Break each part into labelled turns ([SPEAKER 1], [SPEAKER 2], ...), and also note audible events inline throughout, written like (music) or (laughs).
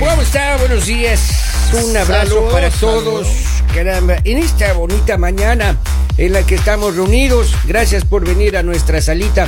[SPEAKER 1] Hola, buenos días. Un abrazo
[SPEAKER 2] Saludos,
[SPEAKER 1] para todos. Caramba, en esta bonita mañana en la que estamos reunidos, gracias por venir a nuestra salita.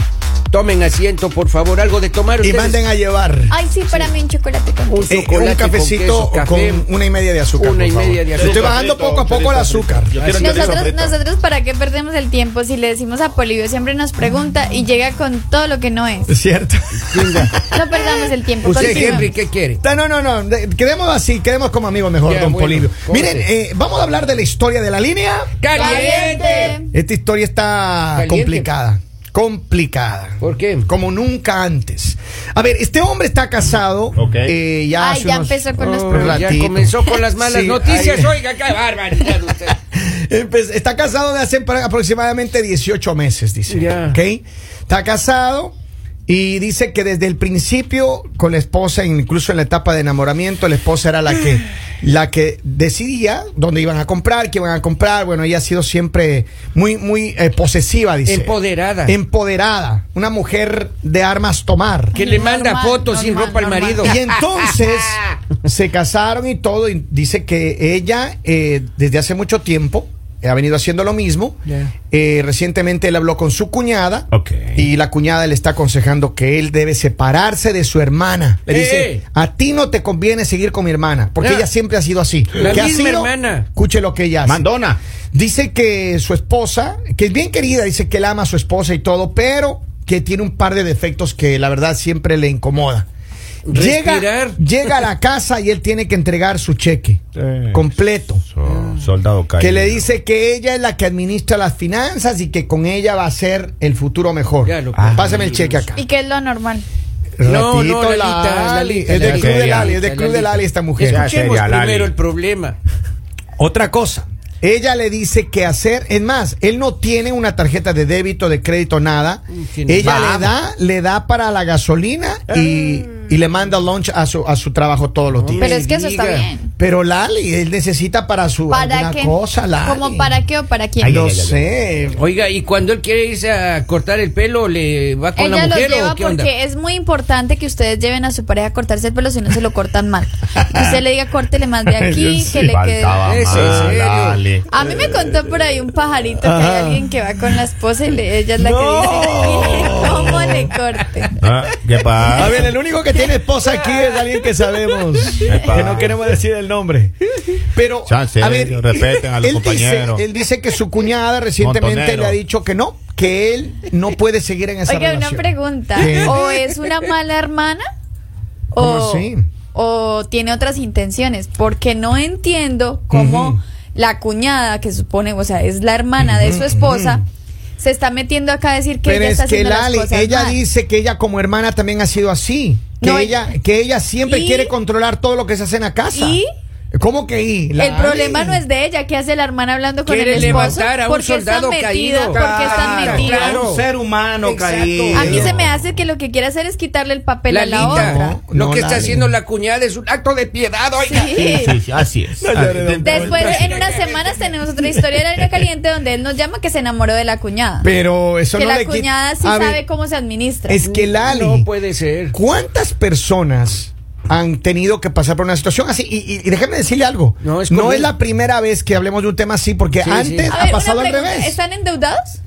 [SPEAKER 1] Tomen asiento, por favor, algo de tomar.
[SPEAKER 2] Y
[SPEAKER 1] ustedes.
[SPEAKER 2] manden a llevar
[SPEAKER 3] Ay, sí, para mí un chocolate con
[SPEAKER 1] Un
[SPEAKER 3] queso.
[SPEAKER 2] eh,
[SPEAKER 1] chocolate
[SPEAKER 2] un cafecito
[SPEAKER 1] con queso, café.
[SPEAKER 2] con una y media de azúcar.
[SPEAKER 1] Una
[SPEAKER 2] por
[SPEAKER 1] y
[SPEAKER 2] favor.
[SPEAKER 1] media de azúcar.
[SPEAKER 2] Estoy bajando
[SPEAKER 4] Frito,
[SPEAKER 2] poco a poco el
[SPEAKER 4] chorizo
[SPEAKER 2] azúcar.
[SPEAKER 4] frito. Yo quiero chorizo
[SPEAKER 3] Nosotros,
[SPEAKER 4] frito.
[SPEAKER 3] nosotros, ¿para qué perdemos el tiempo? Si le decimos a Polivio, siempre nos pregunta y llega con todo lo que no
[SPEAKER 2] (laughs)
[SPEAKER 3] es.
[SPEAKER 2] Es cierto.
[SPEAKER 3] No perdamos el tiempo.
[SPEAKER 1] Usted,
[SPEAKER 3] continúa.
[SPEAKER 1] Henry, ¿qué quiere?
[SPEAKER 2] Ta- No, no, no. de- Quedemos así, quedemos como amigos mejor,
[SPEAKER 1] Ya,
[SPEAKER 2] don
[SPEAKER 1] bueno,
[SPEAKER 2] Polibio.
[SPEAKER 1] corte.
[SPEAKER 2] Miren, eh, vamos a hablar de la historia de la línea.
[SPEAKER 1] ¡Caliente!
[SPEAKER 2] Esta historia está
[SPEAKER 1] Caliente.
[SPEAKER 2] complicada. Complicada.
[SPEAKER 1] ¿Por qué?
[SPEAKER 2] Como nunca antes. A ver, este hombre está casado.
[SPEAKER 4] Ok.
[SPEAKER 2] eh, ya
[SPEAKER 3] Ay,
[SPEAKER 2] hace
[SPEAKER 3] ya
[SPEAKER 2] unos-
[SPEAKER 3] empezó con los
[SPEAKER 2] un
[SPEAKER 1] Oh, ya
[SPEAKER 2] ratito.
[SPEAKER 1] comenzó con las malas
[SPEAKER 2] Sí,
[SPEAKER 1] noticias.
[SPEAKER 2] ahí-
[SPEAKER 1] Oiga, qué barbaridad usted.
[SPEAKER 2] Empe- está casado de hace pra- aproximadamente 18 meses, dice.
[SPEAKER 1] Ya.
[SPEAKER 2] ¿ok? Está casado y dice que desde el principio con la esposa, incluso en la etapa de enamoramiento, la esposa era la
[SPEAKER 1] (sighs)
[SPEAKER 2] que la que decidía dónde iban a comprar, qué iban a comprar. Bueno, ella ha sido siempre muy muy eh, posesiva, dice.
[SPEAKER 1] Empoderada.
[SPEAKER 2] Em Empoderada, una mujer de armas tomar.
[SPEAKER 1] Que le manda
[SPEAKER 3] Normal,
[SPEAKER 1] fotos sin
[SPEAKER 3] normal,
[SPEAKER 1] ropa al
[SPEAKER 3] normal.
[SPEAKER 1] marido.
[SPEAKER 2] Y entonces se casaron y todo. Y dice que ella, eh, desde hace mucho tiempo, eh, ha venido haciendo lo mismo.
[SPEAKER 1] Ya.
[SPEAKER 2] Eh, recientemente él habló con su cuñada.
[SPEAKER 4] Ok.
[SPEAKER 2] Y la cuñada le está aconsejando que él debe separarse de su hermana. Le
[SPEAKER 1] ¡Eh!
[SPEAKER 2] dice: A ti no te conviene seguir con mi hermana. Porque
[SPEAKER 1] Ya.
[SPEAKER 2] ella siempre ha sido así.
[SPEAKER 1] La
[SPEAKER 2] ¿Qué ha
[SPEAKER 1] misma
[SPEAKER 2] sido?
[SPEAKER 1] hermana.
[SPEAKER 2] Escuche lo que ella hace.
[SPEAKER 4] Mandona.
[SPEAKER 2] Dice que su esposa, que es bien querida, dice que él ama a su esposa y todo, pero que tiene un par de defectos que la verdad siempre le incomoda. Llega,
[SPEAKER 1] Respirar.
[SPEAKER 2] llega a la casa y él tiene que entregar su cheque
[SPEAKER 4] Sí.
[SPEAKER 2] completo.
[SPEAKER 4] So- soldado caído.
[SPEAKER 2] Que le dice que ella es la que administra las finanzas y que con ella va a ser el futuro mejor.
[SPEAKER 1] Ya lo
[SPEAKER 2] Ah, Pásame el cheque acá.
[SPEAKER 3] ¿Y qué es lo normal?
[SPEAKER 1] No, no,
[SPEAKER 2] Ratito,
[SPEAKER 1] Lalita,
[SPEAKER 2] Lali.
[SPEAKER 1] Lalita,
[SPEAKER 2] Es del
[SPEAKER 1] Lalita.
[SPEAKER 2] Club del
[SPEAKER 4] Seria.
[SPEAKER 2] Ali, es del Club del Ali esta mujer.
[SPEAKER 4] Ya,
[SPEAKER 1] Escuchemos
[SPEAKER 4] seria, Lali.
[SPEAKER 1] primero el problema.
[SPEAKER 2] Otra cosa. Ella le dice qué hacer. Es más, él no tiene una tarjeta de débito, de crédito, nada.
[SPEAKER 1] Mm, Tiene-
[SPEAKER 2] Ella
[SPEAKER 1] Vamos.
[SPEAKER 2] le da, le da para la gasolina y,
[SPEAKER 1] Ah.
[SPEAKER 2] y le manda lunch a su, a su trabajo todos los días.
[SPEAKER 3] Pero es que eso está
[SPEAKER 1] diga.
[SPEAKER 3] bien.
[SPEAKER 2] Pero Lali, él necesita para su
[SPEAKER 3] ¿Para
[SPEAKER 2] alguna
[SPEAKER 3] qué?
[SPEAKER 2] cosa, Lali.
[SPEAKER 3] ¿Como para qué o para quién?
[SPEAKER 4] Ay,
[SPEAKER 2] No
[SPEAKER 4] ay, ay, ay.
[SPEAKER 2] sé.
[SPEAKER 1] Oiga, ¿y cuando él quiere irse a cortar el pelo, le va con
[SPEAKER 3] Ella
[SPEAKER 1] la
[SPEAKER 3] los
[SPEAKER 1] mujer
[SPEAKER 3] lleva
[SPEAKER 1] o qué onda?
[SPEAKER 3] porque es muy importante que ustedes lleven a su pareja a cortarse el pelo si no se lo
[SPEAKER 1] (laughs)
[SPEAKER 3] cortan mal. Que usted le diga córtele más de aquí,
[SPEAKER 2] Dios
[SPEAKER 3] que
[SPEAKER 2] sí,
[SPEAKER 3] le quede.
[SPEAKER 4] Faltaba
[SPEAKER 1] Es en
[SPEAKER 4] más,
[SPEAKER 1] serio.
[SPEAKER 4] (laughs) dale.
[SPEAKER 3] A mí me contó por ahí un pajarito que hay alguien que va con la esposa y le- ella es la
[SPEAKER 2] No.
[SPEAKER 3] que dice (laughs) cómo le corte.
[SPEAKER 4] Ah, ¿Qué pasa?
[SPEAKER 2] A ver, el único que tiene esposa aquí es alguien que sabemos.
[SPEAKER 4] Epa.
[SPEAKER 2] Que no queremos decir el nombre. Pero,
[SPEAKER 4] Chance,
[SPEAKER 2] a ver,
[SPEAKER 4] respeten a los
[SPEAKER 2] él dice-
[SPEAKER 4] compañeros.
[SPEAKER 2] él dice que su cuñada recientemente
[SPEAKER 4] Montonero.
[SPEAKER 2] le ha dicho que no, que él no puede seguir en esa
[SPEAKER 3] Oiga, una
[SPEAKER 2] relación.
[SPEAKER 3] pregunta.
[SPEAKER 2] ¿Qué?
[SPEAKER 3] ¿O es una mala hermana?
[SPEAKER 2] ¿Cómo
[SPEAKER 3] O,
[SPEAKER 2] así?
[SPEAKER 3] o tiene otras intenciones. Porque no entiendo cómo
[SPEAKER 2] Ujú.
[SPEAKER 3] la cuñada, que supone, o sea, es la hermana de su esposa, se está metiendo acá a decir que
[SPEAKER 2] Pero
[SPEAKER 3] ella
[SPEAKER 2] es
[SPEAKER 3] está
[SPEAKER 2] que
[SPEAKER 3] haciendo
[SPEAKER 2] Lali,
[SPEAKER 3] las cosas
[SPEAKER 2] ella
[SPEAKER 3] mal.
[SPEAKER 2] dice que ella como hermana también ha sido así. Que
[SPEAKER 3] No, y-
[SPEAKER 2] ella, que ella siempre
[SPEAKER 3] ¿Y?
[SPEAKER 2] quiere controlar todo lo que se hace en la casa.
[SPEAKER 3] ¿Y?
[SPEAKER 2] ¿Cómo que y?
[SPEAKER 3] El
[SPEAKER 2] Lali.
[SPEAKER 3] problema no es de ella, ¿qué hace la hermana hablando con el
[SPEAKER 1] Quiere
[SPEAKER 3] esposo?
[SPEAKER 1] levantar a un
[SPEAKER 3] ¿Por qué están
[SPEAKER 1] soldado
[SPEAKER 3] metidas?
[SPEAKER 1] caído.
[SPEAKER 3] ¿Por qué están
[SPEAKER 1] Claro,
[SPEAKER 3] metidas?
[SPEAKER 1] claro.
[SPEAKER 5] Un ser humano,
[SPEAKER 1] Exacto.
[SPEAKER 5] cariño.
[SPEAKER 3] A mí se me hace que lo que quiere hacer es quitarle el papel a la
[SPEAKER 1] Lalita,
[SPEAKER 3] otra.
[SPEAKER 2] No,
[SPEAKER 1] lo
[SPEAKER 2] no,
[SPEAKER 1] que está
[SPEAKER 2] Lali.
[SPEAKER 1] haciendo la cuñada es un acto de piedad, oiga.
[SPEAKER 3] Sí.
[SPEAKER 4] Sí, sí, así es.
[SPEAKER 2] No llore, don
[SPEAKER 3] Después, en unas semanas tenemos otra historia de la arena caliente donde él nos llama que se enamoró de la cuñada.
[SPEAKER 2] Pero eso
[SPEAKER 3] que
[SPEAKER 2] no
[SPEAKER 3] la
[SPEAKER 2] le quita-
[SPEAKER 3] cuñada sí
[SPEAKER 2] A ver,
[SPEAKER 3] sabe cómo se administra.
[SPEAKER 2] Es que Lali.
[SPEAKER 1] No pues. puede ser.
[SPEAKER 2] ¿Cuántas personas han tenido que pasar por una situación así? Y, y- y déjame decirle algo.
[SPEAKER 1] No,
[SPEAKER 2] No
[SPEAKER 1] es
[SPEAKER 2] es,
[SPEAKER 1] común.
[SPEAKER 2] la primera vez que hablemos de un tema así,
[SPEAKER 1] Sí,
[SPEAKER 2] porque
[SPEAKER 1] sí.
[SPEAKER 2] antes
[SPEAKER 1] A
[SPEAKER 3] A
[SPEAKER 2] ha
[SPEAKER 3] ver, una
[SPEAKER 2] pasado al
[SPEAKER 3] pregunta,
[SPEAKER 2] revés.
[SPEAKER 3] ¿Están endeudados?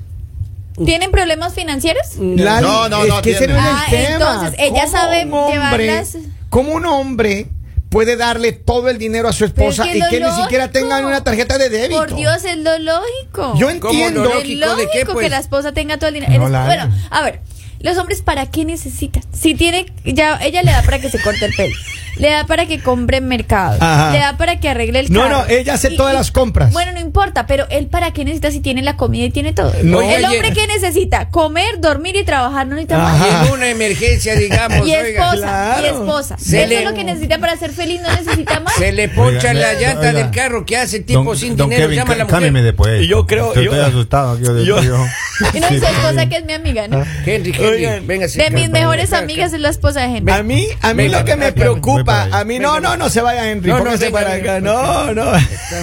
[SPEAKER 3] ¿Tienen problemas financieros?
[SPEAKER 2] Lali,
[SPEAKER 4] No, no,
[SPEAKER 2] es
[SPEAKER 4] no
[SPEAKER 2] que ese no
[SPEAKER 4] tiene.
[SPEAKER 2] es el
[SPEAKER 3] Ah,
[SPEAKER 2] tema.
[SPEAKER 3] entonces, ella
[SPEAKER 2] ¿Cómo
[SPEAKER 3] sabe
[SPEAKER 2] un hombre-
[SPEAKER 3] llevarlas?
[SPEAKER 2] ¿Cómo un hombre puede darle todo el dinero a su
[SPEAKER 3] Pero
[SPEAKER 2] esposa
[SPEAKER 3] es
[SPEAKER 2] y
[SPEAKER 3] lo
[SPEAKER 2] que ni siquiera
[SPEAKER 3] lógico.
[SPEAKER 2] tengan una tarjeta de débito?
[SPEAKER 3] Por Dios, es lo lógico.
[SPEAKER 1] ¿Cómo
[SPEAKER 2] Yo
[SPEAKER 1] lo
[SPEAKER 2] entiendo.
[SPEAKER 3] es
[SPEAKER 1] lógico
[SPEAKER 3] lógico
[SPEAKER 1] de qué, pues?
[SPEAKER 3] que la esposa tenga todo el dinero.
[SPEAKER 2] No,
[SPEAKER 3] Eres-
[SPEAKER 2] Lali.
[SPEAKER 3] bueno, a ver, los hombres para qué necesitan? Si tiene, ya ella le da para que se corte el pelo, le da para que compre en mercado,
[SPEAKER 2] Ajá.
[SPEAKER 3] le da para que arregle el
[SPEAKER 2] No,
[SPEAKER 3] carro.
[SPEAKER 2] no, ella hace todas las compras.
[SPEAKER 3] Bueno, no importa, pero él para qué necesita si tiene la comida y tiene todo.
[SPEAKER 2] No,
[SPEAKER 1] oye.
[SPEAKER 3] el hombre que necesita comer, dormir y trabajar no necesita
[SPEAKER 2] Ajá.
[SPEAKER 3] más.
[SPEAKER 1] En una emergencia, digamos,
[SPEAKER 3] (laughs) Y
[SPEAKER 1] oiga.
[SPEAKER 3] esposa, y
[SPEAKER 2] claro.
[SPEAKER 3] esposa.
[SPEAKER 1] Se
[SPEAKER 3] Eso
[SPEAKER 1] le-
[SPEAKER 3] es lo que necesita para ser feliz, no necesita más.
[SPEAKER 1] Se le poncha
[SPEAKER 4] Oiga,
[SPEAKER 1] la
[SPEAKER 4] no,
[SPEAKER 1] llanta
[SPEAKER 4] oiga.
[SPEAKER 1] del carro. ¿Qué hace el tipo sin
[SPEAKER 4] Don
[SPEAKER 1] dinero?
[SPEAKER 4] Kevin,
[SPEAKER 1] Llama a la
[SPEAKER 4] cá- cámbiame
[SPEAKER 1] mujer.
[SPEAKER 4] después.
[SPEAKER 5] Y yo creo-
[SPEAKER 4] Yo
[SPEAKER 5] yo-
[SPEAKER 4] estoy asustado. aquí, Dios
[SPEAKER 5] yo-
[SPEAKER 4] mío.
[SPEAKER 3] (laughs) Y no
[SPEAKER 4] Sí,
[SPEAKER 3] dice esposa
[SPEAKER 4] sí.
[SPEAKER 3] que es mi amiga, ¿no?
[SPEAKER 2] Ah,
[SPEAKER 1] Henry, Henry,
[SPEAKER 5] Oigan.
[SPEAKER 1] véngase.
[SPEAKER 3] De mis
[SPEAKER 1] Ven para
[SPEAKER 3] mejores
[SPEAKER 1] acá.
[SPEAKER 3] amigas es la esposa de Henry.
[SPEAKER 2] A mí, a mí
[SPEAKER 1] Ven,
[SPEAKER 2] lo que
[SPEAKER 1] ven,
[SPEAKER 2] me
[SPEAKER 1] ven,
[SPEAKER 4] ven
[SPEAKER 2] preocupa,
[SPEAKER 4] para allá.
[SPEAKER 2] a mí no,
[SPEAKER 1] Ven,
[SPEAKER 2] no,
[SPEAKER 1] ven.
[SPEAKER 2] no se vaya Henry,
[SPEAKER 1] No, no,
[SPEAKER 2] póngase
[SPEAKER 1] ven,
[SPEAKER 2] para
[SPEAKER 1] ven,
[SPEAKER 2] acá,
[SPEAKER 1] ven.
[SPEAKER 2] no, no.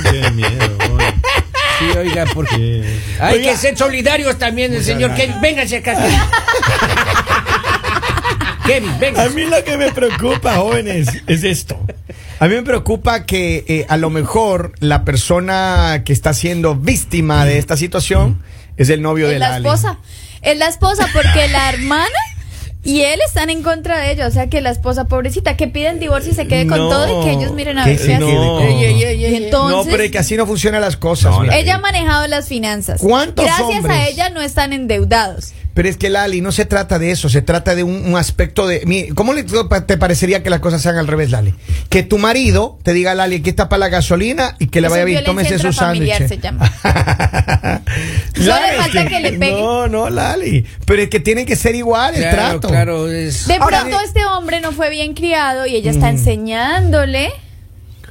[SPEAKER 4] Qué miedo, güey.
[SPEAKER 1] Sí, oiga, porque
[SPEAKER 4] Sí.
[SPEAKER 1] hay
[SPEAKER 2] Oiga.
[SPEAKER 1] que ser solidarios también, el señor Kevin. Véngase acá.
[SPEAKER 2] (laughs)
[SPEAKER 1] Kevin,
[SPEAKER 2] A
[SPEAKER 1] venga.
[SPEAKER 2] mí lo que me preocupa, jóvenes, es esto. A mí me preocupa que eh, a lo mejor la persona que está siendo víctima de esta situación es el novio de
[SPEAKER 3] Es
[SPEAKER 2] la,
[SPEAKER 3] la
[SPEAKER 2] Ale.
[SPEAKER 3] esposa. Es la esposa porque
[SPEAKER 2] (laughs)
[SPEAKER 3] la hermana y él están en contra de ella. O sea que la esposa, pobrecita, que pide el divorcio y se quede
[SPEAKER 4] No,
[SPEAKER 3] con todo y que ellos miren a ver
[SPEAKER 2] que
[SPEAKER 3] qué
[SPEAKER 2] se quede
[SPEAKER 3] hacen.
[SPEAKER 4] con-
[SPEAKER 1] Ey, ey, ey, ey,
[SPEAKER 3] Y
[SPEAKER 1] ey.
[SPEAKER 2] No, pero es
[SPEAKER 3] entonces,
[SPEAKER 2] que así no funcionan las cosas.
[SPEAKER 4] No,
[SPEAKER 2] mira.
[SPEAKER 4] la-
[SPEAKER 3] ella ha manejado las finanzas.
[SPEAKER 2] ¿Cuántos
[SPEAKER 3] Gracias a
[SPEAKER 2] hombres?
[SPEAKER 3] ella no están endeudados.
[SPEAKER 2] Pero es que Lali, no se trata de eso, se trata de un, un aspecto de... mi- ¿Cómo le- te parecería que las cosas sean al revés, Lali? Que tu marido te diga, Lali, aquí está para la gasolina y que le
[SPEAKER 3] Eso
[SPEAKER 2] vaya
[SPEAKER 3] es
[SPEAKER 2] bien,
[SPEAKER 3] violencia
[SPEAKER 2] tómese su
[SPEAKER 3] intrafamiliar,
[SPEAKER 2] sándwich. eh".
[SPEAKER 3] se llama.
[SPEAKER 2] (laughs)
[SPEAKER 3] Solo le falta que le pegue.
[SPEAKER 2] No, no, Lali. Pero es que tiene que ser igual el
[SPEAKER 1] Claro,
[SPEAKER 2] trato.
[SPEAKER 1] claro, es-
[SPEAKER 3] De
[SPEAKER 2] Ahora, eh,
[SPEAKER 3] pronto este hombre no fue bien criado y ella está enseñándole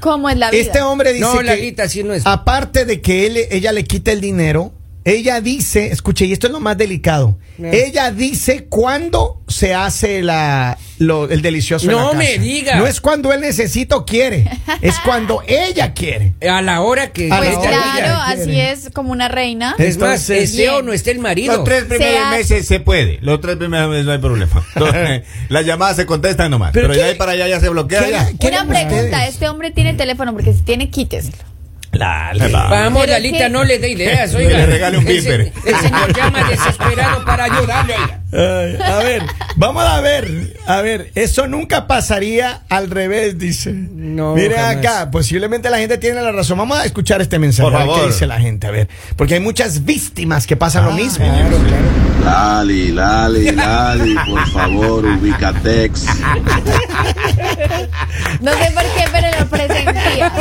[SPEAKER 3] cómo es la vida.
[SPEAKER 2] Este hombre dice
[SPEAKER 1] No,
[SPEAKER 2] que,
[SPEAKER 1] Lalita, así no es.
[SPEAKER 2] aparte de que él, ella le quita el dinero, ella dice, escuche, y esto es lo más delicado,
[SPEAKER 1] Bien.
[SPEAKER 2] ella dice cuándo se hace la, lo- el delicioso. en la
[SPEAKER 1] No
[SPEAKER 2] casa.
[SPEAKER 1] me diga.
[SPEAKER 2] No es cuando él necesita o quiere, es
[SPEAKER 1] (laughs)
[SPEAKER 2] cuando ella quiere.
[SPEAKER 1] a la hora que
[SPEAKER 2] A la
[SPEAKER 3] pues
[SPEAKER 1] ella
[SPEAKER 2] hora
[SPEAKER 3] claro,
[SPEAKER 1] diga.
[SPEAKER 2] ella
[SPEAKER 3] así
[SPEAKER 2] quiere.
[SPEAKER 3] es como una reina.
[SPEAKER 1] Es más,
[SPEAKER 2] Entonces-
[SPEAKER 1] esté o
[SPEAKER 3] Bien.
[SPEAKER 1] no esté el marido.
[SPEAKER 4] Los tres primeros
[SPEAKER 3] hace.
[SPEAKER 4] meses se puede. Los tres primeros meses no hay (laughs) problema. Entonces, Las llamadas se contestan nomás.
[SPEAKER 1] Pero
[SPEAKER 4] Pero, ya
[SPEAKER 1] ¿qué-
[SPEAKER 4] de para allá ya se bloquea.
[SPEAKER 2] qué-
[SPEAKER 4] Ya.
[SPEAKER 2] ¿Quieren
[SPEAKER 3] Una pregunta,
[SPEAKER 2] ustedes?
[SPEAKER 3] este hombre tiene teléfono porque si tiene quites.
[SPEAKER 4] Ahí va.
[SPEAKER 1] Vamos,
[SPEAKER 3] Pero
[SPEAKER 1] Lalita,
[SPEAKER 3] que-
[SPEAKER 1] no le dé ideas,
[SPEAKER 4] (laughs) No
[SPEAKER 1] oiga.
[SPEAKER 4] le regale un
[SPEAKER 1] El se-
[SPEAKER 4] Viper.
[SPEAKER 1] El señor llama desesperado para ayudarle,
[SPEAKER 4] (laughs)
[SPEAKER 1] oiga.
[SPEAKER 2] Ay, a ver, vamos a ver, a ver, eso nunca pasaría al revés, dice.
[SPEAKER 1] No,
[SPEAKER 2] Mira
[SPEAKER 1] jamás.
[SPEAKER 2] acá, posiblemente la gente tiene la razón. Vamos a escuchar este mensaje,
[SPEAKER 4] Por
[SPEAKER 2] a ver qué
[SPEAKER 4] favor.
[SPEAKER 2] dice la gente, a ver, porque hay muchas víctimas que pasan
[SPEAKER 1] Ah,
[SPEAKER 2] lo mismo.
[SPEAKER 5] Lali, Lali, Lali, por favor, ubicatex.
[SPEAKER 3] No sé por qué, pero lo
[SPEAKER 2] (laughs)
[SPEAKER 3] presentía.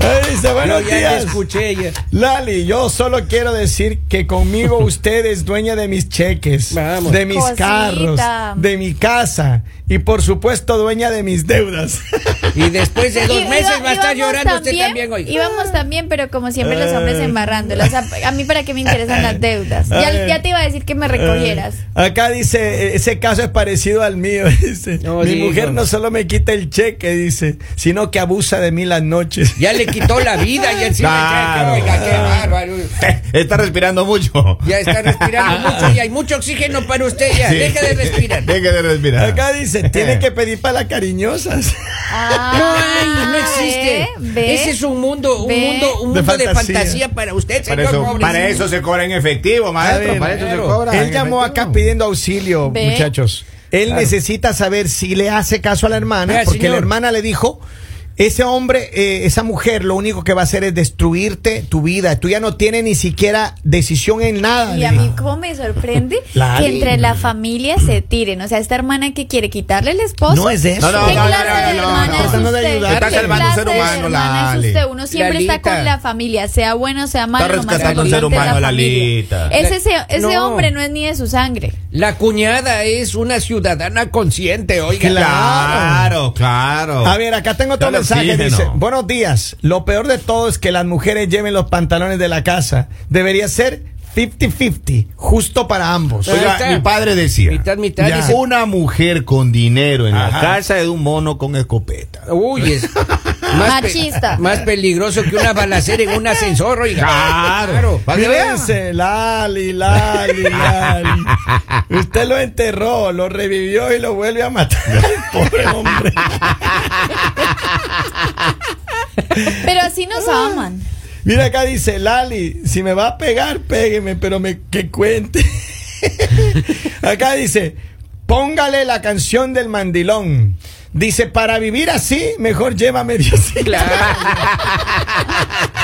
[SPEAKER 2] Ay, dice,
[SPEAKER 1] Yo
[SPEAKER 2] buenos
[SPEAKER 1] ya te
[SPEAKER 2] días.
[SPEAKER 1] escuché, ya.
[SPEAKER 2] Lali, yo solo quiero decir
[SPEAKER 1] (laughs)
[SPEAKER 2] que conmigo usted es dueña de mis cheques,
[SPEAKER 1] Vamos.
[SPEAKER 2] de mis
[SPEAKER 3] Cosita.
[SPEAKER 2] carros, de mi casa y por supuesto dueña de mis deudas.
[SPEAKER 1] Y después de dos
[SPEAKER 3] Y-
[SPEAKER 1] meses
[SPEAKER 3] iba-
[SPEAKER 1] va a estar
[SPEAKER 3] íbamos
[SPEAKER 1] llorando usted también, oiga.
[SPEAKER 3] Íbamos también, pero como siempre los hombres embarrándolas. A, a mí para qué me interesan las deudas.
[SPEAKER 2] A
[SPEAKER 3] Ya,
[SPEAKER 2] ver.
[SPEAKER 3] ya te iba a decir que me recogieras.
[SPEAKER 2] Ay, acá dice, eh, ese caso es parecido al mío. (laughs) Dice,
[SPEAKER 1] No,
[SPEAKER 2] mi
[SPEAKER 1] digo.
[SPEAKER 2] mujer no solo me quita el cheque, dice, sino que abusa de mí las noches.
[SPEAKER 1] Ya le quitó la vida y encima
[SPEAKER 4] Claro.
[SPEAKER 1] ya, oiga, qué bárbaro.
[SPEAKER 4] (laughs) Está respirando mucho.
[SPEAKER 1] Ya está
[SPEAKER 4] (laughs)
[SPEAKER 1] respirando mucho y hay mucho oxígeno para usted ya.
[SPEAKER 4] Sí.
[SPEAKER 1] Deja de respirar.
[SPEAKER 4] Deje de respirar.
[SPEAKER 1] (laughs)
[SPEAKER 2] Acá dice, tiene que pedir para las cariñosas. (laughs)
[SPEAKER 3] Ah, ¿eh?
[SPEAKER 1] No hay, no existe.
[SPEAKER 3] ve, ve.
[SPEAKER 1] Ese es un mundo, un
[SPEAKER 3] Ve.
[SPEAKER 1] mundo, un
[SPEAKER 2] De
[SPEAKER 1] mundo de
[SPEAKER 2] fantasía.
[SPEAKER 1] fantasía para usted,
[SPEAKER 4] Para
[SPEAKER 1] señor
[SPEAKER 4] eso,
[SPEAKER 1] pobre.
[SPEAKER 4] para eso se cobra en efectivo, maestro.
[SPEAKER 2] ver,
[SPEAKER 4] para eso
[SPEAKER 1] claro.
[SPEAKER 4] se cobra.
[SPEAKER 2] Él
[SPEAKER 4] en
[SPEAKER 2] llamó
[SPEAKER 4] efectivo.
[SPEAKER 2] acá pidiendo auxilio,
[SPEAKER 3] Ve.
[SPEAKER 2] muchachos. Él necesita saber si le hace caso a la hermana,
[SPEAKER 1] Vea,
[SPEAKER 2] porque la
[SPEAKER 1] señor.
[SPEAKER 2] hermana le dijo, ese hombre, eh, esa mujer, lo único que va a hacer es destruirte tu vida. Tú ya no tienes ni siquiera decisión en nada.
[SPEAKER 3] Y
[SPEAKER 2] le
[SPEAKER 3] a
[SPEAKER 2] dijo.
[SPEAKER 3] mí cómo me sorprende
[SPEAKER 2] Lali.
[SPEAKER 3] que entre la familia se tiren. O sea, esta hermana que quiere quitarle el esposo.
[SPEAKER 2] No es de eso.
[SPEAKER 4] No, no,
[SPEAKER 3] ¿Qué
[SPEAKER 4] no,
[SPEAKER 3] clase
[SPEAKER 4] no, no,
[SPEAKER 3] de
[SPEAKER 4] no,
[SPEAKER 3] hermana
[SPEAKER 4] no.
[SPEAKER 3] es
[SPEAKER 2] Tratando de
[SPEAKER 3] usted?
[SPEAKER 2] ayudarte.
[SPEAKER 4] Está salvando un ser
[SPEAKER 3] ¿Qué clase de
[SPEAKER 4] humano,
[SPEAKER 3] hermana es
[SPEAKER 4] Lali.
[SPEAKER 3] usted? Uno siempre está
[SPEAKER 1] Lalita.
[SPEAKER 3] con la familia, sea bueno, sea malo. lo más
[SPEAKER 4] rescatando
[SPEAKER 1] un ser
[SPEAKER 3] importante es
[SPEAKER 4] humano,
[SPEAKER 3] la familia.
[SPEAKER 4] Lalita.
[SPEAKER 3] Ese, se- ese
[SPEAKER 1] No.
[SPEAKER 3] hombre no es ni de su sangre.
[SPEAKER 1] La cuñada es una ciudadana consciente, oiga.
[SPEAKER 4] Claro, claro.
[SPEAKER 2] A ver, acá tengo otro
[SPEAKER 4] Dale
[SPEAKER 2] mensaje.
[SPEAKER 4] oxígeno.
[SPEAKER 2] Dice, buenos días. Lo peor de todo es que las mujeres lleven los pantalones de la casa. Debería ser 50-50, justo para ambos.
[SPEAKER 1] Ahí
[SPEAKER 4] Oiga,
[SPEAKER 1] está.
[SPEAKER 4] mi padre decía.
[SPEAKER 1] Mitad, mitad.
[SPEAKER 2] Ya.
[SPEAKER 1] dice.
[SPEAKER 4] Una mujer con dinero en
[SPEAKER 2] Ajá.
[SPEAKER 4] la casa de un mono con escopeta.
[SPEAKER 1] Uy, es más pe-
[SPEAKER 3] Machista.
[SPEAKER 1] más peligroso que una balacera en un ascensor, oiga.
[SPEAKER 4] Claro. Para que vean.
[SPEAKER 2] Mírense, Lali, Lali, Lali. Usted lo enterró, lo revivió y lo vuelve a matar. Pobre hombre.
[SPEAKER 3] Pero así nos
[SPEAKER 1] Ah.
[SPEAKER 3] aman.
[SPEAKER 2] Mira acá dice, Lali, si me va a pegar, pégueme, pero me, que cuente. (laughs) acá dice, póngale la canción del mandilón. Dice, para vivir así, mejor llévame Diosito.
[SPEAKER 1] Claro.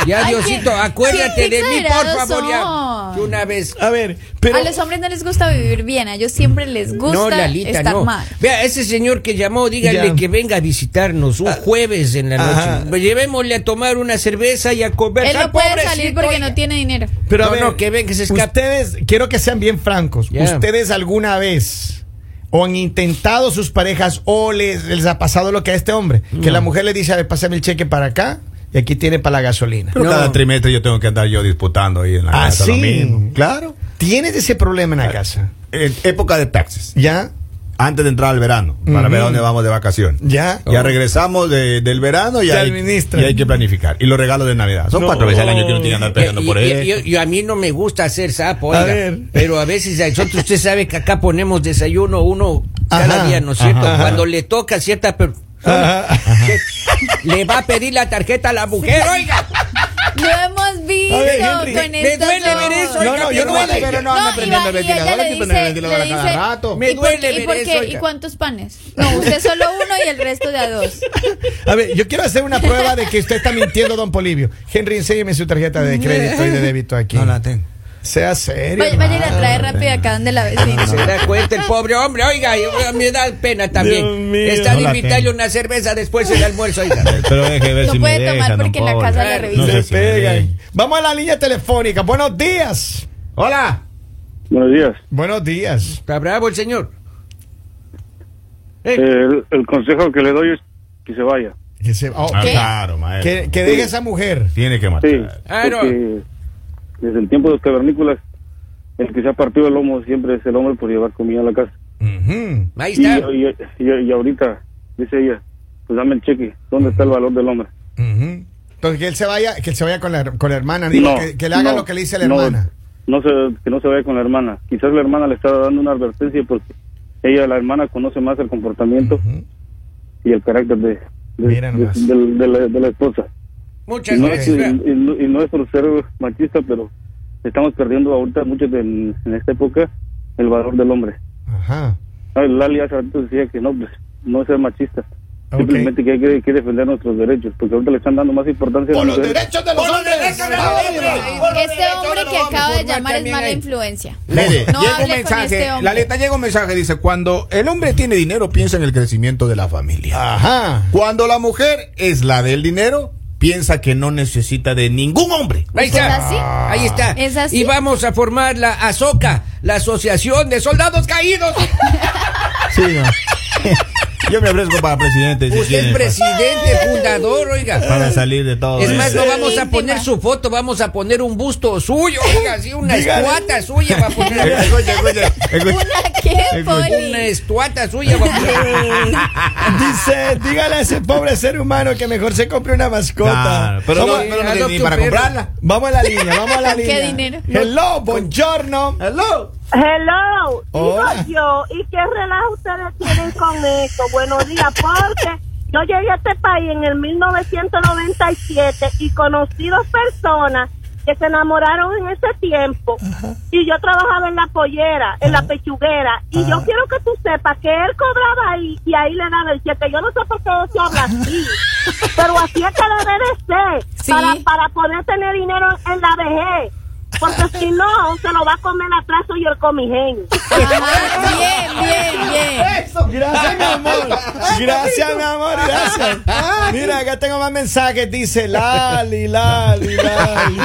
[SPEAKER 1] Ya,
[SPEAKER 3] Ay,
[SPEAKER 1] Diosito,
[SPEAKER 3] qué-
[SPEAKER 1] acuérdate
[SPEAKER 3] qué
[SPEAKER 1] de mí, por
[SPEAKER 3] exagerados
[SPEAKER 1] favor, ya.
[SPEAKER 3] son.
[SPEAKER 1] Que una vez.
[SPEAKER 2] A ver, pero...
[SPEAKER 3] a los hombres no les gusta vivir bien, a ellos siempre les gusta
[SPEAKER 1] No, Lalita,
[SPEAKER 3] estar
[SPEAKER 1] no.
[SPEAKER 3] mal.
[SPEAKER 1] Vea, ese señor que llamó, dígale
[SPEAKER 2] Ya.
[SPEAKER 1] que venga a visitarnos
[SPEAKER 4] Ah.
[SPEAKER 1] un jueves en la
[SPEAKER 2] Ajá.
[SPEAKER 1] noche. Pues Llevémosle a tomar una cerveza y a
[SPEAKER 3] Él
[SPEAKER 1] conversar.
[SPEAKER 3] no puede
[SPEAKER 1] pobrecito,
[SPEAKER 3] salir porque
[SPEAKER 1] oiga.
[SPEAKER 3] no tiene dinero.
[SPEAKER 1] (laughs)
[SPEAKER 2] Pero
[SPEAKER 1] No,
[SPEAKER 2] a ver,
[SPEAKER 1] no, que ven, que se escape.
[SPEAKER 2] Ustedes, quiero que sean bien francos.
[SPEAKER 1] Ya.
[SPEAKER 2] ¿Ustedes alguna vez o han intentado sus parejas o les, les ha pasado lo que a este hombre? Que la mujer le dice, a ver, pásame el cheque para acá y aquí tiene para la gasolina.
[SPEAKER 4] Pero
[SPEAKER 1] No.
[SPEAKER 4] cada trimestre yo tengo que andar yo disputando ahí en la
[SPEAKER 2] Ah,
[SPEAKER 4] casa lo
[SPEAKER 2] sí.
[SPEAKER 4] mismo. Claro.
[SPEAKER 2] ¿Tienes ese problema en la casa?
[SPEAKER 4] En época de taxes.
[SPEAKER 2] ¿Ya?
[SPEAKER 4] Antes de entrar al verano, para
[SPEAKER 2] Ujú.
[SPEAKER 4] ver a dónde vamos de vacaciones.
[SPEAKER 2] ¿Ya?
[SPEAKER 4] Ya regresamos de- del verano y
[SPEAKER 2] Se
[SPEAKER 4] hay,
[SPEAKER 2] administra.
[SPEAKER 4] y hay que planificar. Y los regalos de Navidad. Son
[SPEAKER 2] No.
[SPEAKER 4] cuatro veces al año que uno tiene que andar peleando
[SPEAKER 1] Y-
[SPEAKER 4] por
[SPEAKER 1] y-
[SPEAKER 4] él.
[SPEAKER 1] y- y- y a mí no me gusta hacer sapo,
[SPEAKER 2] A
[SPEAKER 1] oiga,
[SPEAKER 2] ver.
[SPEAKER 1] pero a veces a nosotros usted sabe que acá ponemos desayuno uno cada
[SPEAKER 2] Ajá,
[SPEAKER 1] día, ¿no es cierto?
[SPEAKER 2] ajá, ajá.
[SPEAKER 1] Cuando le toca cierta per-
[SPEAKER 2] Ah. (laughs)
[SPEAKER 1] Le va a pedir la tarjeta a la mujer, oiga.
[SPEAKER 3] Lo hemos visto
[SPEAKER 2] A ver, Henry,
[SPEAKER 3] con
[SPEAKER 1] me
[SPEAKER 3] estos
[SPEAKER 1] duele ver
[SPEAKER 3] ojos.
[SPEAKER 1] eso, oiga,
[SPEAKER 2] No, no,
[SPEAKER 1] me
[SPEAKER 2] yo no voy a
[SPEAKER 1] duele.
[SPEAKER 2] pero no
[SPEAKER 3] No,
[SPEAKER 2] anda
[SPEAKER 3] y
[SPEAKER 2] prendiendo
[SPEAKER 3] va-
[SPEAKER 2] el
[SPEAKER 3] y ella
[SPEAKER 2] ventilador,
[SPEAKER 3] le
[SPEAKER 2] hay que prender el
[SPEAKER 3] dice-
[SPEAKER 2] ventilador
[SPEAKER 3] le
[SPEAKER 2] cada
[SPEAKER 3] dice-
[SPEAKER 2] rato.
[SPEAKER 1] Me
[SPEAKER 3] ¿Y por,
[SPEAKER 1] duele
[SPEAKER 3] qué- y
[SPEAKER 1] ver
[SPEAKER 3] por
[SPEAKER 1] eso,
[SPEAKER 3] qué?
[SPEAKER 1] oiga.
[SPEAKER 3] ¿Y cuántos panes? No, usted solo uno y el resto de a dos.
[SPEAKER 2] A ver, yo quiero hacer una prueba de que usted está mintiendo, don Polivio. Henry, enséñeme su tarjeta (laughs) de crédito y de débito aquí.
[SPEAKER 4] No la tengo.
[SPEAKER 2] Sea serio.
[SPEAKER 3] Vaya, vaya y la
[SPEAKER 2] hermano.
[SPEAKER 3] trae rápido acá donde la vecina.
[SPEAKER 4] Ah.
[SPEAKER 1] Se da cuenta el pobre hombre, oiga, y me da pena
[SPEAKER 4] Dios
[SPEAKER 1] también.
[SPEAKER 4] mío.
[SPEAKER 1] Está de
[SPEAKER 4] No la
[SPEAKER 1] invitarle
[SPEAKER 4] tengo.
[SPEAKER 1] una cerveza después del almuerzo, oiga.
[SPEAKER 4] Pero deje ver
[SPEAKER 3] No
[SPEAKER 4] si
[SPEAKER 3] puede
[SPEAKER 4] me
[SPEAKER 3] tomar
[SPEAKER 4] dejan, don
[SPEAKER 3] porque en la
[SPEAKER 4] Pablo.
[SPEAKER 3] casa la revisan.
[SPEAKER 4] No sé
[SPEAKER 2] Se
[SPEAKER 4] si me
[SPEAKER 2] pegan.
[SPEAKER 4] dejan.
[SPEAKER 2] Vamos a la línea telefónica. Buenos días. Hola.
[SPEAKER 6] Buenos días.
[SPEAKER 2] Buenos días.
[SPEAKER 1] Está bravo el señor. Eh,
[SPEAKER 6] El, el consejo que le doy es que se vaya.
[SPEAKER 2] Que, se- oh,
[SPEAKER 4] Ah,
[SPEAKER 3] ¿Qué?
[SPEAKER 4] Claro, maestro.
[SPEAKER 2] que- que deje esa mujer.
[SPEAKER 4] Tiene que matar.
[SPEAKER 6] Sí.
[SPEAKER 1] Ah, no.
[SPEAKER 6] porque Desde el tiempo de los cavernícolas, el que se ha partido el lomo siempre es el hombre por llevar comida a la casa.
[SPEAKER 2] Ujú.
[SPEAKER 1] ahí
[SPEAKER 6] Y,
[SPEAKER 1] está.
[SPEAKER 6] y- y- y ahorita, dice ella, pues dame el cheque. ¿Dónde está el valor del hombre?
[SPEAKER 2] Ujú. Entonces que él se vaya, que él se vaya con la, con la hermana, digo, que, que le haga
[SPEAKER 6] no,
[SPEAKER 2] lo que le dice la
[SPEAKER 6] no,
[SPEAKER 2] hermana.
[SPEAKER 6] No se, que no se vaya con la hermana. Quizás la hermana le está dando una advertencia porque ella, la hermana, conoce más el comportamiento
[SPEAKER 2] Ujú.
[SPEAKER 6] y el carácter de, de-
[SPEAKER 2] Mira
[SPEAKER 6] de-
[SPEAKER 2] nomás.
[SPEAKER 6] del- de la- de la esposa.
[SPEAKER 1] Muchas
[SPEAKER 6] no,
[SPEAKER 1] gracias.
[SPEAKER 6] y, y no, y no es por ser machista, pero estamos perdiendo ahorita mucho de- en, en esta época el valor del hombre.
[SPEAKER 2] Ajá.
[SPEAKER 6] Ah, Lali hace ratito decía que no, pues no es ser machista.
[SPEAKER 2] Ok.
[SPEAKER 6] Simplemente que hay que, que defender nuestros derechos, porque ahorita le están dando más importancia a
[SPEAKER 2] Por
[SPEAKER 6] la
[SPEAKER 2] los
[SPEAKER 6] mujer.
[SPEAKER 2] derechos de los hombres.
[SPEAKER 3] Este hombre que acaba de llamar es mala influencia. No
[SPEAKER 4] llega
[SPEAKER 3] hable
[SPEAKER 4] un
[SPEAKER 3] con
[SPEAKER 4] mensaje,
[SPEAKER 3] este hombre.
[SPEAKER 4] la letra llega un mensaje, dice, cuando el hombre tiene dinero piensa en el crecimiento de la familia.
[SPEAKER 2] Ajá.
[SPEAKER 4] Cuando la mujer es la del dinero, piensa que no necesita de ningún hombre.
[SPEAKER 1] Ahí está.
[SPEAKER 3] ¿Es así?
[SPEAKER 1] Ahí está.
[SPEAKER 3] ¿Es así?
[SPEAKER 1] Y vamos a formar la ASOCA, la Asociación de Soldados Caídos.
[SPEAKER 4] Sí, Yo me ofrezco para presidente. si
[SPEAKER 1] Usted es
[SPEAKER 4] quieren,
[SPEAKER 1] presidente, fundador, oiga.
[SPEAKER 4] para, para salir de todo
[SPEAKER 1] Es más,
[SPEAKER 4] esto.
[SPEAKER 1] no vamos a
[SPEAKER 3] Víctima.
[SPEAKER 1] poner su foto, vamos a poner un busto suyo, oiga, así una
[SPEAKER 2] Dígale.
[SPEAKER 1] estuata suya va a
[SPEAKER 4] Escucha,
[SPEAKER 1] poner.
[SPEAKER 4] escucha, escucha.
[SPEAKER 3] ¿Una (laughs) qué,
[SPEAKER 1] Una
[SPEAKER 3] Poli?
[SPEAKER 1] estuata suya va a poner.
[SPEAKER 2] Dice, dígale a ese pobre ser humano que mejor se compre una mascota.
[SPEAKER 4] Claro, pero no,
[SPEAKER 1] Sí,
[SPEAKER 4] pero no
[SPEAKER 1] adopte
[SPEAKER 4] tiene ni
[SPEAKER 1] un
[SPEAKER 4] para
[SPEAKER 1] perro.
[SPEAKER 4] comprarla.
[SPEAKER 2] Vamos a la línea, vamos a la
[SPEAKER 3] ¿Con
[SPEAKER 2] línea.
[SPEAKER 3] qué dinero?
[SPEAKER 2] Hello, buongiorno.
[SPEAKER 4] Hello.
[SPEAKER 7] Hello,
[SPEAKER 2] Hola.
[SPEAKER 7] digo yo, ¿y qué relajo ustedes tienen con esto? Buenos días, porque yo llegué a este país en el 1997 y conocí dos personas que se enamoraron en ese tiempo y yo trabajaba en la pollera, en la pechuguera y yo quiero que tú sepas que él cobraba ahí y ahí le daba el cheque. Yo no sé por qué se habla así, pero así es que debe de ser
[SPEAKER 3] Sí.
[SPEAKER 7] para, para poder tener dinero en la vejez. Porque si no, se lo va a comer el atraso y el comigenio.
[SPEAKER 3] Ajá, bien, bien, bien.
[SPEAKER 2] Gracias, mi amor. Gracias, mi amor. Gracias. Mira, acá tengo más mensajes. Dice Lali, Lali, Lali.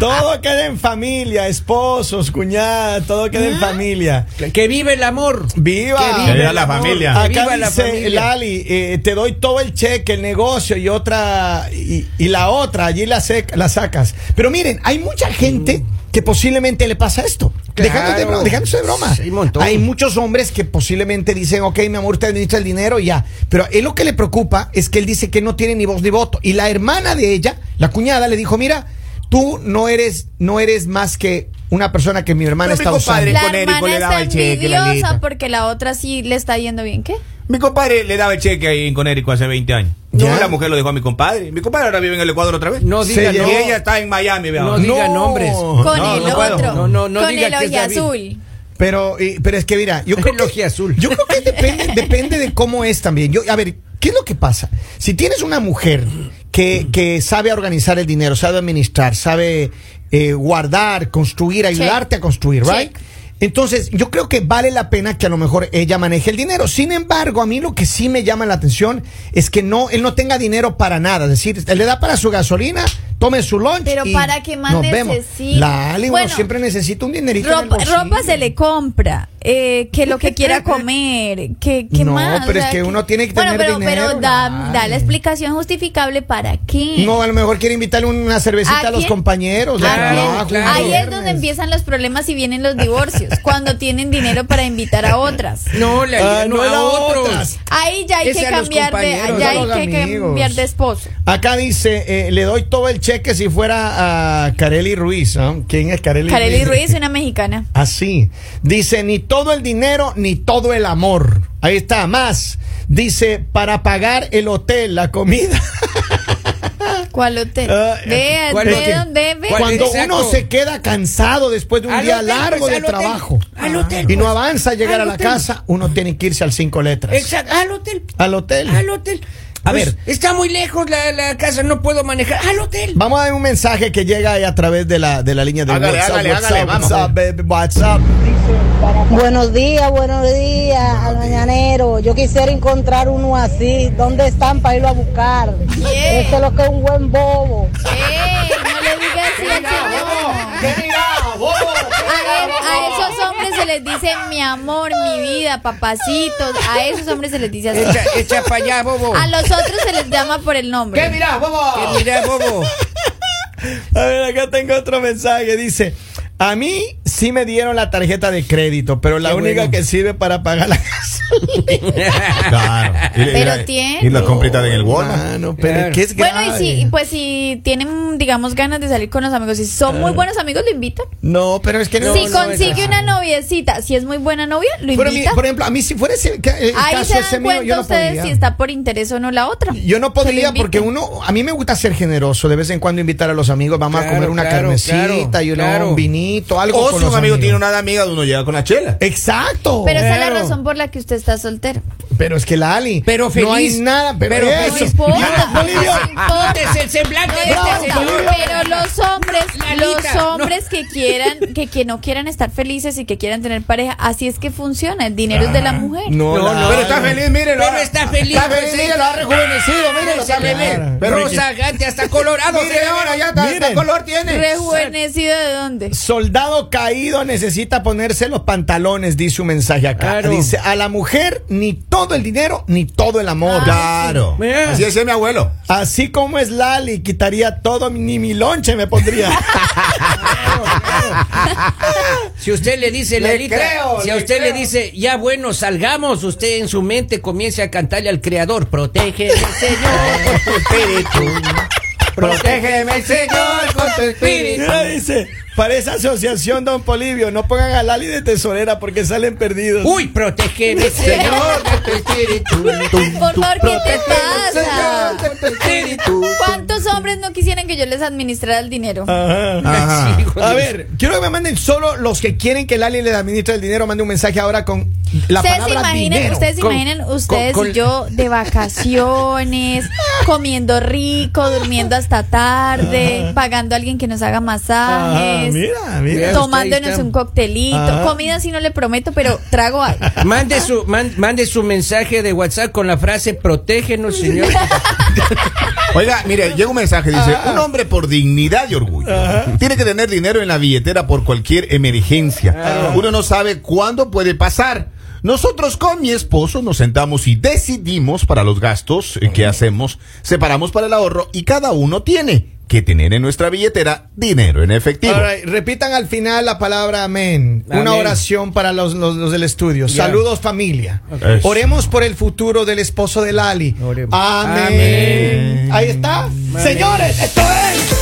[SPEAKER 2] Todo queda en familia. Esposos, cuñadas, todo queda en familia.
[SPEAKER 1] Que vive el amor.
[SPEAKER 2] Viva.
[SPEAKER 1] Que viva Que viva
[SPEAKER 4] la
[SPEAKER 2] amor.
[SPEAKER 4] familia.
[SPEAKER 2] Acá
[SPEAKER 1] Que viva la
[SPEAKER 2] dice
[SPEAKER 1] familia.
[SPEAKER 2] Lali, eh, te doy todo el cheque, el negocio y otra y, y la otra allí la sec- la sacas. Pero miren, hay mucha gente que posiblemente le pasa esto.
[SPEAKER 1] Mm. Claro.
[SPEAKER 2] Dejándose de bro- dejándose de broma.
[SPEAKER 1] Sí, un montón.
[SPEAKER 2] Hay muchos hombres que posiblemente dicen, ok, mi amor, te administra el dinero y ya. Pero a él lo que le preocupa es que él dice que no tiene ni voz ni voto. Y la hermana de ella, la cuñada, le dijo, mira, tú no eres, no eres más que una persona que mi hermana
[SPEAKER 4] Pero
[SPEAKER 2] está
[SPEAKER 4] mi
[SPEAKER 2] usando.
[SPEAKER 4] compadre-
[SPEAKER 3] La
[SPEAKER 4] con Eric,
[SPEAKER 3] hermana
[SPEAKER 4] le daba
[SPEAKER 3] está
[SPEAKER 4] el cheque, la
[SPEAKER 3] envidiosa
[SPEAKER 4] Lita.
[SPEAKER 3] porque la otra sí le está yendo bien. ¿Qué?
[SPEAKER 4] Mi compadre le daba el cheque ahí en Conérico hace 20 años.
[SPEAKER 2] Ya.
[SPEAKER 4] Y La mujer lo dejó a mi compadre. Mi compadre ahora vive en el Ecuador otra vez.
[SPEAKER 1] No diga
[SPEAKER 2] Se
[SPEAKER 1] no.
[SPEAKER 4] Y ella está en Miami, vea.
[SPEAKER 1] No diga
[SPEAKER 2] Oh, No.
[SPEAKER 1] nombres.
[SPEAKER 3] Con
[SPEAKER 4] No,
[SPEAKER 3] el
[SPEAKER 4] no puedo.
[SPEAKER 3] otro.
[SPEAKER 1] No, no, no
[SPEAKER 3] con
[SPEAKER 1] diga
[SPEAKER 3] el
[SPEAKER 1] que es David.
[SPEAKER 3] ojiazul.
[SPEAKER 2] Pero, y- pero es que mira, yo creo que,
[SPEAKER 1] Elogiazul.
[SPEAKER 2] yo creo que
[SPEAKER 3] (laughs)
[SPEAKER 2] depende, depende de cómo es también. Yo, a ver, ¿qué es lo que pasa? Si tienes una mujer que, que sabe organizar el dinero, sabe administrar, sabe eh, guardar, construir, ayudarte a construir, ¿right?
[SPEAKER 3] Check.
[SPEAKER 2] Entonces, yo creo que vale la pena que a lo mejor ella maneje el dinero. Sin embargo, a mí lo que sí me llama la atención es que no, él no tenga dinero para nada. Es decir, él le da para su gasolina, tome su lunch.
[SPEAKER 3] Pero
[SPEAKER 2] y
[SPEAKER 3] para que más
[SPEAKER 2] nos vemos.
[SPEAKER 3] necesite.
[SPEAKER 2] La Ali, uno
[SPEAKER 3] Bueno,
[SPEAKER 2] siempre necesita un dinerito. en el
[SPEAKER 3] Ropa,
[SPEAKER 2] bolsillo.
[SPEAKER 3] ropa se le compra, eh,
[SPEAKER 2] (laughs)
[SPEAKER 3] que lo que quiera comer, que, que
[SPEAKER 2] No,
[SPEAKER 3] más.
[SPEAKER 2] pero es que uno tiene que
[SPEAKER 3] bueno,
[SPEAKER 2] tener
[SPEAKER 3] pero,
[SPEAKER 2] dinero,
[SPEAKER 3] Pero da,
[SPEAKER 2] vale.
[SPEAKER 3] da la explicación justificable para qué.
[SPEAKER 2] (laughs) No, a lo mejor quiere invitarle una cervecita
[SPEAKER 3] ¿A
[SPEAKER 2] a, los
[SPEAKER 3] quién?
[SPEAKER 2] compañeros. del
[SPEAKER 1] ¿A quién?
[SPEAKER 2] trabajo,
[SPEAKER 1] Claro.
[SPEAKER 2] los
[SPEAKER 3] Ahí es
[SPEAKER 2] viernes.
[SPEAKER 3] donde empiezan los problemas y vienen los divorcios,
[SPEAKER 2] (laughs)
[SPEAKER 3] cuando tienen dinero para invitar a otras.
[SPEAKER 1] No, la idea
[SPEAKER 2] Ah,
[SPEAKER 1] no,
[SPEAKER 2] no
[SPEAKER 1] a
[SPEAKER 2] la
[SPEAKER 1] otros.
[SPEAKER 2] otras.
[SPEAKER 3] Ahí ya hay
[SPEAKER 1] Ese
[SPEAKER 3] que
[SPEAKER 1] a los
[SPEAKER 3] cambiar de,
[SPEAKER 1] compañeros,
[SPEAKER 3] ya
[SPEAKER 2] a
[SPEAKER 3] hay
[SPEAKER 2] los
[SPEAKER 3] que
[SPEAKER 2] amigos.
[SPEAKER 3] cambiar de esposo.
[SPEAKER 2] Acá dice, eh, le doy todo el cheque si fuera a Kareli Ruiz. ¿no? ¿Quién es Kareli (laughs)
[SPEAKER 3] Kareli Ruiz, una mexicana.
[SPEAKER 2] Así. Dice, ni todo el dinero, ni todo el amor. Ahí está, más. Dice, para pagar el hotel, la comida.
[SPEAKER 3] ¿Cuál hotel?
[SPEAKER 2] Ah,
[SPEAKER 3] Ve,
[SPEAKER 1] ¿cuál
[SPEAKER 3] ve
[SPEAKER 1] hotel?
[SPEAKER 3] dónde,
[SPEAKER 1] (laughs)
[SPEAKER 3] ve.
[SPEAKER 1] ¿Cuál
[SPEAKER 2] Cuando
[SPEAKER 1] Exacto.
[SPEAKER 2] uno se queda cansado después de un
[SPEAKER 1] Al
[SPEAKER 2] día
[SPEAKER 1] hotel,
[SPEAKER 2] largo
[SPEAKER 1] pues,
[SPEAKER 2] de
[SPEAKER 1] al hotel.
[SPEAKER 2] trabajo Ah.
[SPEAKER 1] Al hotel,
[SPEAKER 2] y no
[SPEAKER 1] pues.
[SPEAKER 2] avanza a llegar
[SPEAKER 1] Al
[SPEAKER 2] a la
[SPEAKER 1] hotel.
[SPEAKER 2] casa, uno tiene que irse al cinco letras.
[SPEAKER 1] Exacto, al hotel.
[SPEAKER 2] Al hotel.
[SPEAKER 1] Al hotel.
[SPEAKER 2] A
[SPEAKER 1] Pues,
[SPEAKER 2] ver.
[SPEAKER 1] Está muy lejos la, la casa, no puedo manejar. Al hotel.
[SPEAKER 2] Vamos a ver un mensaje que llega ahí a través de la, de la línea de
[SPEAKER 4] Hágale,
[SPEAKER 2] WhatsApp.
[SPEAKER 4] hágale,
[SPEAKER 2] WhatsApp,
[SPEAKER 4] hágale, vamos.
[SPEAKER 2] WhatsApp, baby, WhatsApp.
[SPEAKER 8] Buenos días, buenos días al mañanero. Yo quisiera encontrar uno así. ¿Dónde están para irlo a buscar?
[SPEAKER 3] Yeah.
[SPEAKER 8] Este es lo que es un buen bobo.
[SPEAKER 3] Ey, no le digas así al señor. A, él- a esos hombres se les dice mi amor, mi vida, papacitos. A esos hombres se les dice
[SPEAKER 1] Echa,
[SPEAKER 3] así.
[SPEAKER 1] echa para allá, bobo.
[SPEAKER 3] A los otros se les llama por el nombre.
[SPEAKER 1] Que mira, bobo.
[SPEAKER 2] A ver, acá tengo otro mensaje. Dice, a mí sí me dieron la tarjeta de crédito, pero la
[SPEAKER 1] Qué
[SPEAKER 2] única
[SPEAKER 1] bueno.
[SPEAKER 2] que sirve para pagar la casa.
[SPEAKER 4] Claro. Y, le- y
[SPEAKER 3] Pero
[SPEAKER 4] la-
[SPEAKER 3] tiene.
[SPEAKER 4] Y (laughs) la comprita en el Walmart.
[SPEAKER 2] Mano, Ah, pero
[SPEAKER 1] Claro.
[SPEAKER 2] que es
[SPEAKER 3] Bueno, y
[SPEAKER 2] grave.
[SPEAKER 3] si, y pues si tienen, digamos, ganas de salir con los amigos, si son muy buenos amigos, lo invitan.
[SPEAKER 2] No, pero es que Ah. no.
[SPEAKER 3] si
[SPEAKER 1] no,
[SPEAKER 3] consigue
[SPEAKER 1] no.
[SPEAKER 3] una noviecita, si es muy buena novia, lo
[SPEAKER 2] Pero a mí,
[SPEAKER 3] invita.
[SPEAKER 2] por ejemplo, a mí si fuera ese el
[SPEAKER 3] Ahí
[SPEAKER 2] caso
[SPEAKER 3] se
[SPEAKER 2] ese
[SPEAKER 3] dan
[SPEAKER 2] mío,
[SPEAKER 3] cuenta
[SPEAKER 2] yo no
[SPEAKER 3] ustedes
[SPEAKER 2] podría.
[SPEAKER 3] si está por interés o no la otra.
[SPEAKER 2] Yo no
[SPEAKER 3] Se lo
[SPEAKER 2] podría
[SPEAKER 3] invitan.
[SPEAKER 2] porque uno, a mí me gusta ser generoso, de vez en cuando invitar a los amigos, vamos a
[SPEAKER 1] Claro,
[SPEAKER 2] comer una
[SPEAKER 1] claro,
[SPEAKER 2] carnecita
[SPEAKER 1] claro,
[SPEAKER 2] y uno,
[SPEAKER 1] claro.
[SPEAKER 2] un vinito, algo con
[SPEAKER 4] O si un
[SPEAKER 2] los
[SPEAKER 4] amigo
[SPEAKER 2] amigos.
[SPEAKER 4] tiene una amiga, uno llega con la chela.
[SPEAKER 2] Exacto.
[SPEAKER 3] Pero esa es la
[SPEAKER 1] Claro.
[SPEAKER 3] razón por la que usted está soltero.
[SPEAKER 2] Pero es que Lali,
[SPEAKER 1] (laughs) Pero feliz.
[SPEAKER 2] no hay nada, pero,
[SPEAKER 1] Pero
[SPEAKER 2] eso.
[SPEAKER 1] feliz.
[SPEAKER 3] No
[SPEAKER 2] Mira,
[SPEAKER 3] importa,
[SPEAKER 1] (laughs)
[SPEAKER 3] no
[SPEAKER 2] Bolivia.
[SPEAKER 3] se importa.
[SPEAKER 1] Quítese el semblante de
[SPEAKER 3] No,
[SPEAKER 1] este
[SPEAKER 3] no,
[SPEAKER 1] señor.
[SPEAKER 3] pero los hombres,
[SPEAKER 1] Lalita,
[SPEAKER 3] los
[SPEAKER 1] no.
[SPEAKER 3] hombres que quieran, que, que no quieran estar felices y que quieran tener pareja, así es que funciona. El dinero es de la mujer.
[SPEAKER 2] No, Lali.
[SPEAKER 4] Pero está feliz, mírenlo.
[SPEAKER 1] Pero está feliz.
[SPEAKER 4] Está feliz,
[SPEAKER 1] pues,
[SPEAKER 4] mírelo, ha rejuvenecido,
[SPEAKER 1] Pero
[SPEAKER 4] mírelo.
[SPEAKER 1] se le ve.
[SPEAKER 2] Pero
[SPEAKER 1] Rosa, gante, hasta colorado. se
[SPEAKER 4] Mire
[SPEAKER 1] le ve.
[SPEAKER 4] ahora, ya está,
[SPEAKER 2] Miren.
[SPEAKER 4] ¿qué color tiene?
[SPEAKER 3] ¿Rejuvenecido de dónde?
[SPEAKER 2] Soldado caído necesita ponerse los pantalones, dice un mensaje acá.
[SPEAKER 1] Claro.
[SPEAKER 2] Dice, a la mujer ni todo el dinero ni todo el amor.
[SPEAKER 4] Claro.
[SPEAKER 1] Mira.
[SPEAKER 4] Así decía mi abuelo.
[SPEAKER 2] Así como es Lali, quitaría todo, ni mi lonche me pondría.
[SPEAKER 1] (laughs) Si usted le dice,
[SPEAKER 2] Le
[SPEAKER 1] Lalita,
[SPEAKER 2] creo,
[SPEAKER 1] si a
[SPEAKER 2] le
[SPEAKER 1] usted
[SPEAKER 2] creo.
[SPEAKER 1] le dice, ya bueno, salgamos, usted en su mente comience a cantarle al Creador, protege al
[SPEAKER 2] (laughs)
[SPEAKER 1] Señor con tu espíritu.
[SPEAKER 4] Protégeme, Señor, con tu espíritu.
[SPEAKER 2] Mira, dice, para esa asociación, don Polivio, no pongan a Lali de tesorera porque salen perdidos.
[SPEAKER 1] Uy, protégeme, Señor con tu espíritu.
[SPEAKER 3] Por favor, ¿qué te pasa?
[SPEAKER 1] Señor con tu espíritu.
[SPEAKER 3] ¿Cuántos hombres no quisieran que yo les administrara el dinero?
[SPEAKER 2] Ajá.
[SPEAKER 4] Ajá.
[SPEAKER 1] Sí, hijo
[SPEAKER 2] A
[SPEAKER 1] de-
[SPEAKER 2] ver, quiero que me manden solo los que quieren que Lali les administre el dinero, mande un mensaje ahora con la
[SPEAKER 3] ustedes se
[SPEAKER 2] palabra
[SPEAKER 3] imaginan,
[SPEAKER 2] dinero.
[SPEAKER 3] ustedes se
[SPEAKER 1] Con-
[SPEAKER 3] imaginan ustedes
[SPEAKER 1] con-
[SPEAKER 3] y yo
[SPEAKER 2] (laughs)
[SPEAKER 3] de vacaciones, comiendo rico, durmiendo hasta tarde, pagando a alguien que nos haga
[SPEAKER 2] Ah,
[SPEAKER 3] masajes,
[SPEAKER 2] mira, mira.
[SPEAKER 1] Toma.
[SPEAKER 3] tomándonos
[SPEAKER 1] está-
[SPEAKER 3] un coctelito,
[SPEAKER 2] Ah.
[SPEAKER 3] comida sí no le prometo, pero trago algo.
[SPEAKER 1] Mande su, man- mande su mensaje de WhatsApp con la frase, protégenos, Señor.
[SPEAKER 2] (laughs)
[SPEAKER 4] Oiga, mire, llega un mensaje, dice, un hombre por dignidad y orgullo tiene que tener dinero en la billetera por cualquier emergencia. Uno no sabe cuándo puede pasar. Nosotros con mi esposo nos sentamos y decidimos para los gastos eh, que hacemos, separamos para el ahorro y cada uno tiene que tener en nuestra billetera dinero en efectivo.
[SPEAKER 2] All right, repitan al final la palabra amén. Una
[SPEAKER 1] Amén.
[SPEAKER 2] oración para los, los- los del estudio.
[SPEAKER 1] Ya.
[SPEAKER 2] Saludos familia.
[SPEAKER 1] Ok.
[SPEAKER 4] Eso.
[SPEAKER 2] Oremos por el futuro del esposo de Lali.
[SPEAKER 1] Oremos.
[SPEAKER 2] Amén.
[SPEAKER 1] Amén.
[SPEAKER 2] Ahí está. Señores, esto es...